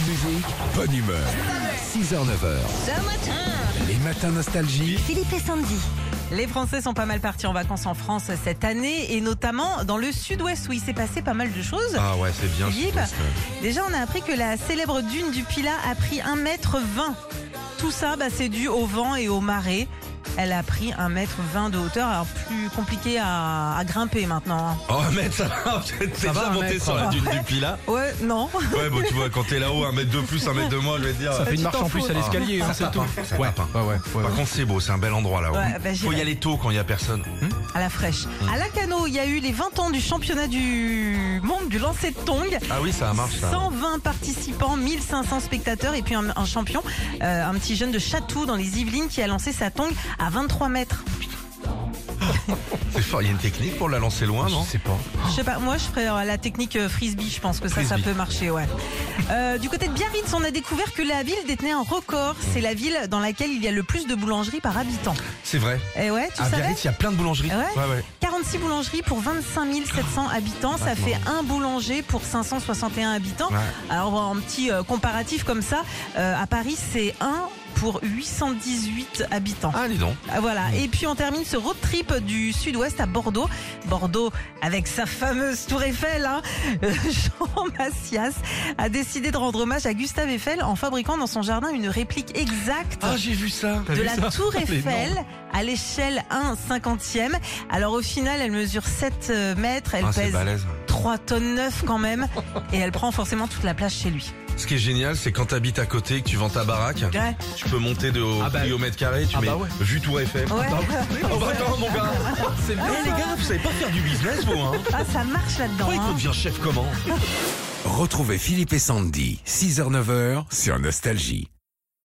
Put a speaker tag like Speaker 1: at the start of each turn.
Speaker 1: musique, bonne humeur. 6h, 9h. Les matins nostalgie.
Speaker 2: Philippe et Sandy.
Speaker 3: Les Français sont pas mal partis en vacances en France cette année et notamment dans le sud-ouest où il s'est passé pas mal de choses.
Speaker 4: Ah ouais, c'est bien.
Speaker 3: Philippe.
Speaker 4: je pense que-
Speaker 3: Déjà, on a appris que la célèbre dune du Pilat a pris 1m20. Tout ça, bah, c'est dû au vent et aux marées. Elle a pris 1m20 de hauteur, alors plus compliqué à, à grimper maintenant. hein.
Speaker 4: Oh, un mètre, ça va, t'es
Speaker 1: Ça va,
Speaker 4: déjà
Speaker 1: un
Speaker 4: monté
Speaker 1: mètre,
Speaker 4: sur
Speaker 1: ça
Speaker 4: la
Speaker 1: va.
Speaker 4: Ah, dune du Pila.
Speaker 3: Ouais, non.
Speaker 4: Ouais, bon, tu vois, quand t'es là-haut, un mètre de plus, un mètre de moins, je vais te dire.
Speaker 1: Ça fait une
Speaker 3: tu
Speaker 1: marche
Speaker 3: t'en
Speaker 1: en plus
Speaker 3: fous.
Speaker 1: à l'escalier, hein, c'est tout.
Speaker 4: ça
Speaker 1: Ouais,
Speaker 4: tape, hein.
Speaker 1: ouais, ouais, ouais,
Speaker 4: Par
Speaker 1: ouais.
Speaker 4: contre, c'est beau, c'est un bel endroit là-haut.
Speaker 3: Ouais, bah,
Speaker 4: Faut y
Speaker 3: j'irai.
Speaker 4: aller tôt quand il y a personne.
Speaker 3: À la fraîche. À Lacano, il y a eu les 20 ans du championnat du monde du lancer de tong.
Speaker 4: Ah oui, ça marche ça.
Speaker 3: 120 participants, 1500 spectateurs et puis un, un champion, euh, un petit jeune de Chatou dans les Yvelines qui a lancé sa tongue à 23 mètres.
Speaker 4: C'est fort, il y a une technique pour la lancer loin,
Speaker 1: Je
Speaker 4: non
Speaker 1: sais pas.
Speaker 3: Je sais pas, moi je ferais euh, la technique euh, frisbee, je pense que ça, ça
Speaker 4: Frisbee.
Speaker 3: peut marcher, ouais. Euh, du côté de Biarritz, on a découvert que la ville détenait un record. C'est la ville dans laquelle il y a le plus de boulangeries par habitant.
Speaker 4: C'est vrai.
Speaker 3: Et ouais, tu
Speaker 4: À
Speaker 3: savais
Speaker 4: Biarritz, il y a plein de boulangeries.
Speaker 3: Ah ouais
Speaker 4: ouais. ouais.
Speaker 3: 46 boulangeries pour 25 700 habitants, ça fait un boulanger pour 561 habitants.
Speaker 4: Ouais.
Speaker 3: Alors en petit euh, comparatif comme ça, euh, à Paris c'est 1 pour 818 habitants.
Speaker 4: Ah, dis donc.
Speaker 3: Ah, Voilà. Et puis on termine ce road trip du sud-ouest à Bordeaux. Bordeaux avec sa fameuse tour Eiffel. hein. Euh, Jean Massias a décidé de rendre hommage à Gustave Eiffel en fabriquant dans son jardin une réplique exacte
Speaker 4: Ah, j'ai vu ça.
Speaker 1: T'as
Speaker 3: de
Speaker 1: vu
Speaker 3: la
Speaker 1: ça
Speaker 3: tour
Speaker 1: Elle est
Speaker 3: Eiffel à l'échelle 1 cinquantième. Alors au final, elle mesure 7 euh, mètres, elle
Speaker 4: Ah, c'est
Speaker 3: pèse
Speaker 4: balèze.
Speaker 3: 3 tonnes 9 quand même et elle prend forcément toute la place chez lui.
Speaker 4: Ce qui est génial, c'est quand t'habites à côté et que tu vends ta baraque,
Speaker 3: Ouais.
Speaker 4: tu peux monter de au
Speaker 1: Ah bah-
Speaker 4: kilomètre carré, tu
Speaker 1: Ah
Speaker 4: mets
Speaker 1: bah ouais.
Speaker 4: vue tour Eiffel.
Speaker 3: Ouais.
Speaker 4: Oh, bah attends, mon gars.
Speaker 1: C'est bien.
Speaker 4: Eh, les gars, vous savez pas faire du business, vous, hein
Speaker 3: Ah, ça marche là-dedans.
Speaker 4: Pourquoi
Speaker 3: hein.
Speaker 4: qu'on devient chef comment
Speaker 1: Retrouvez Philippe et Sandy, 6h, 9h sur Nostalgie.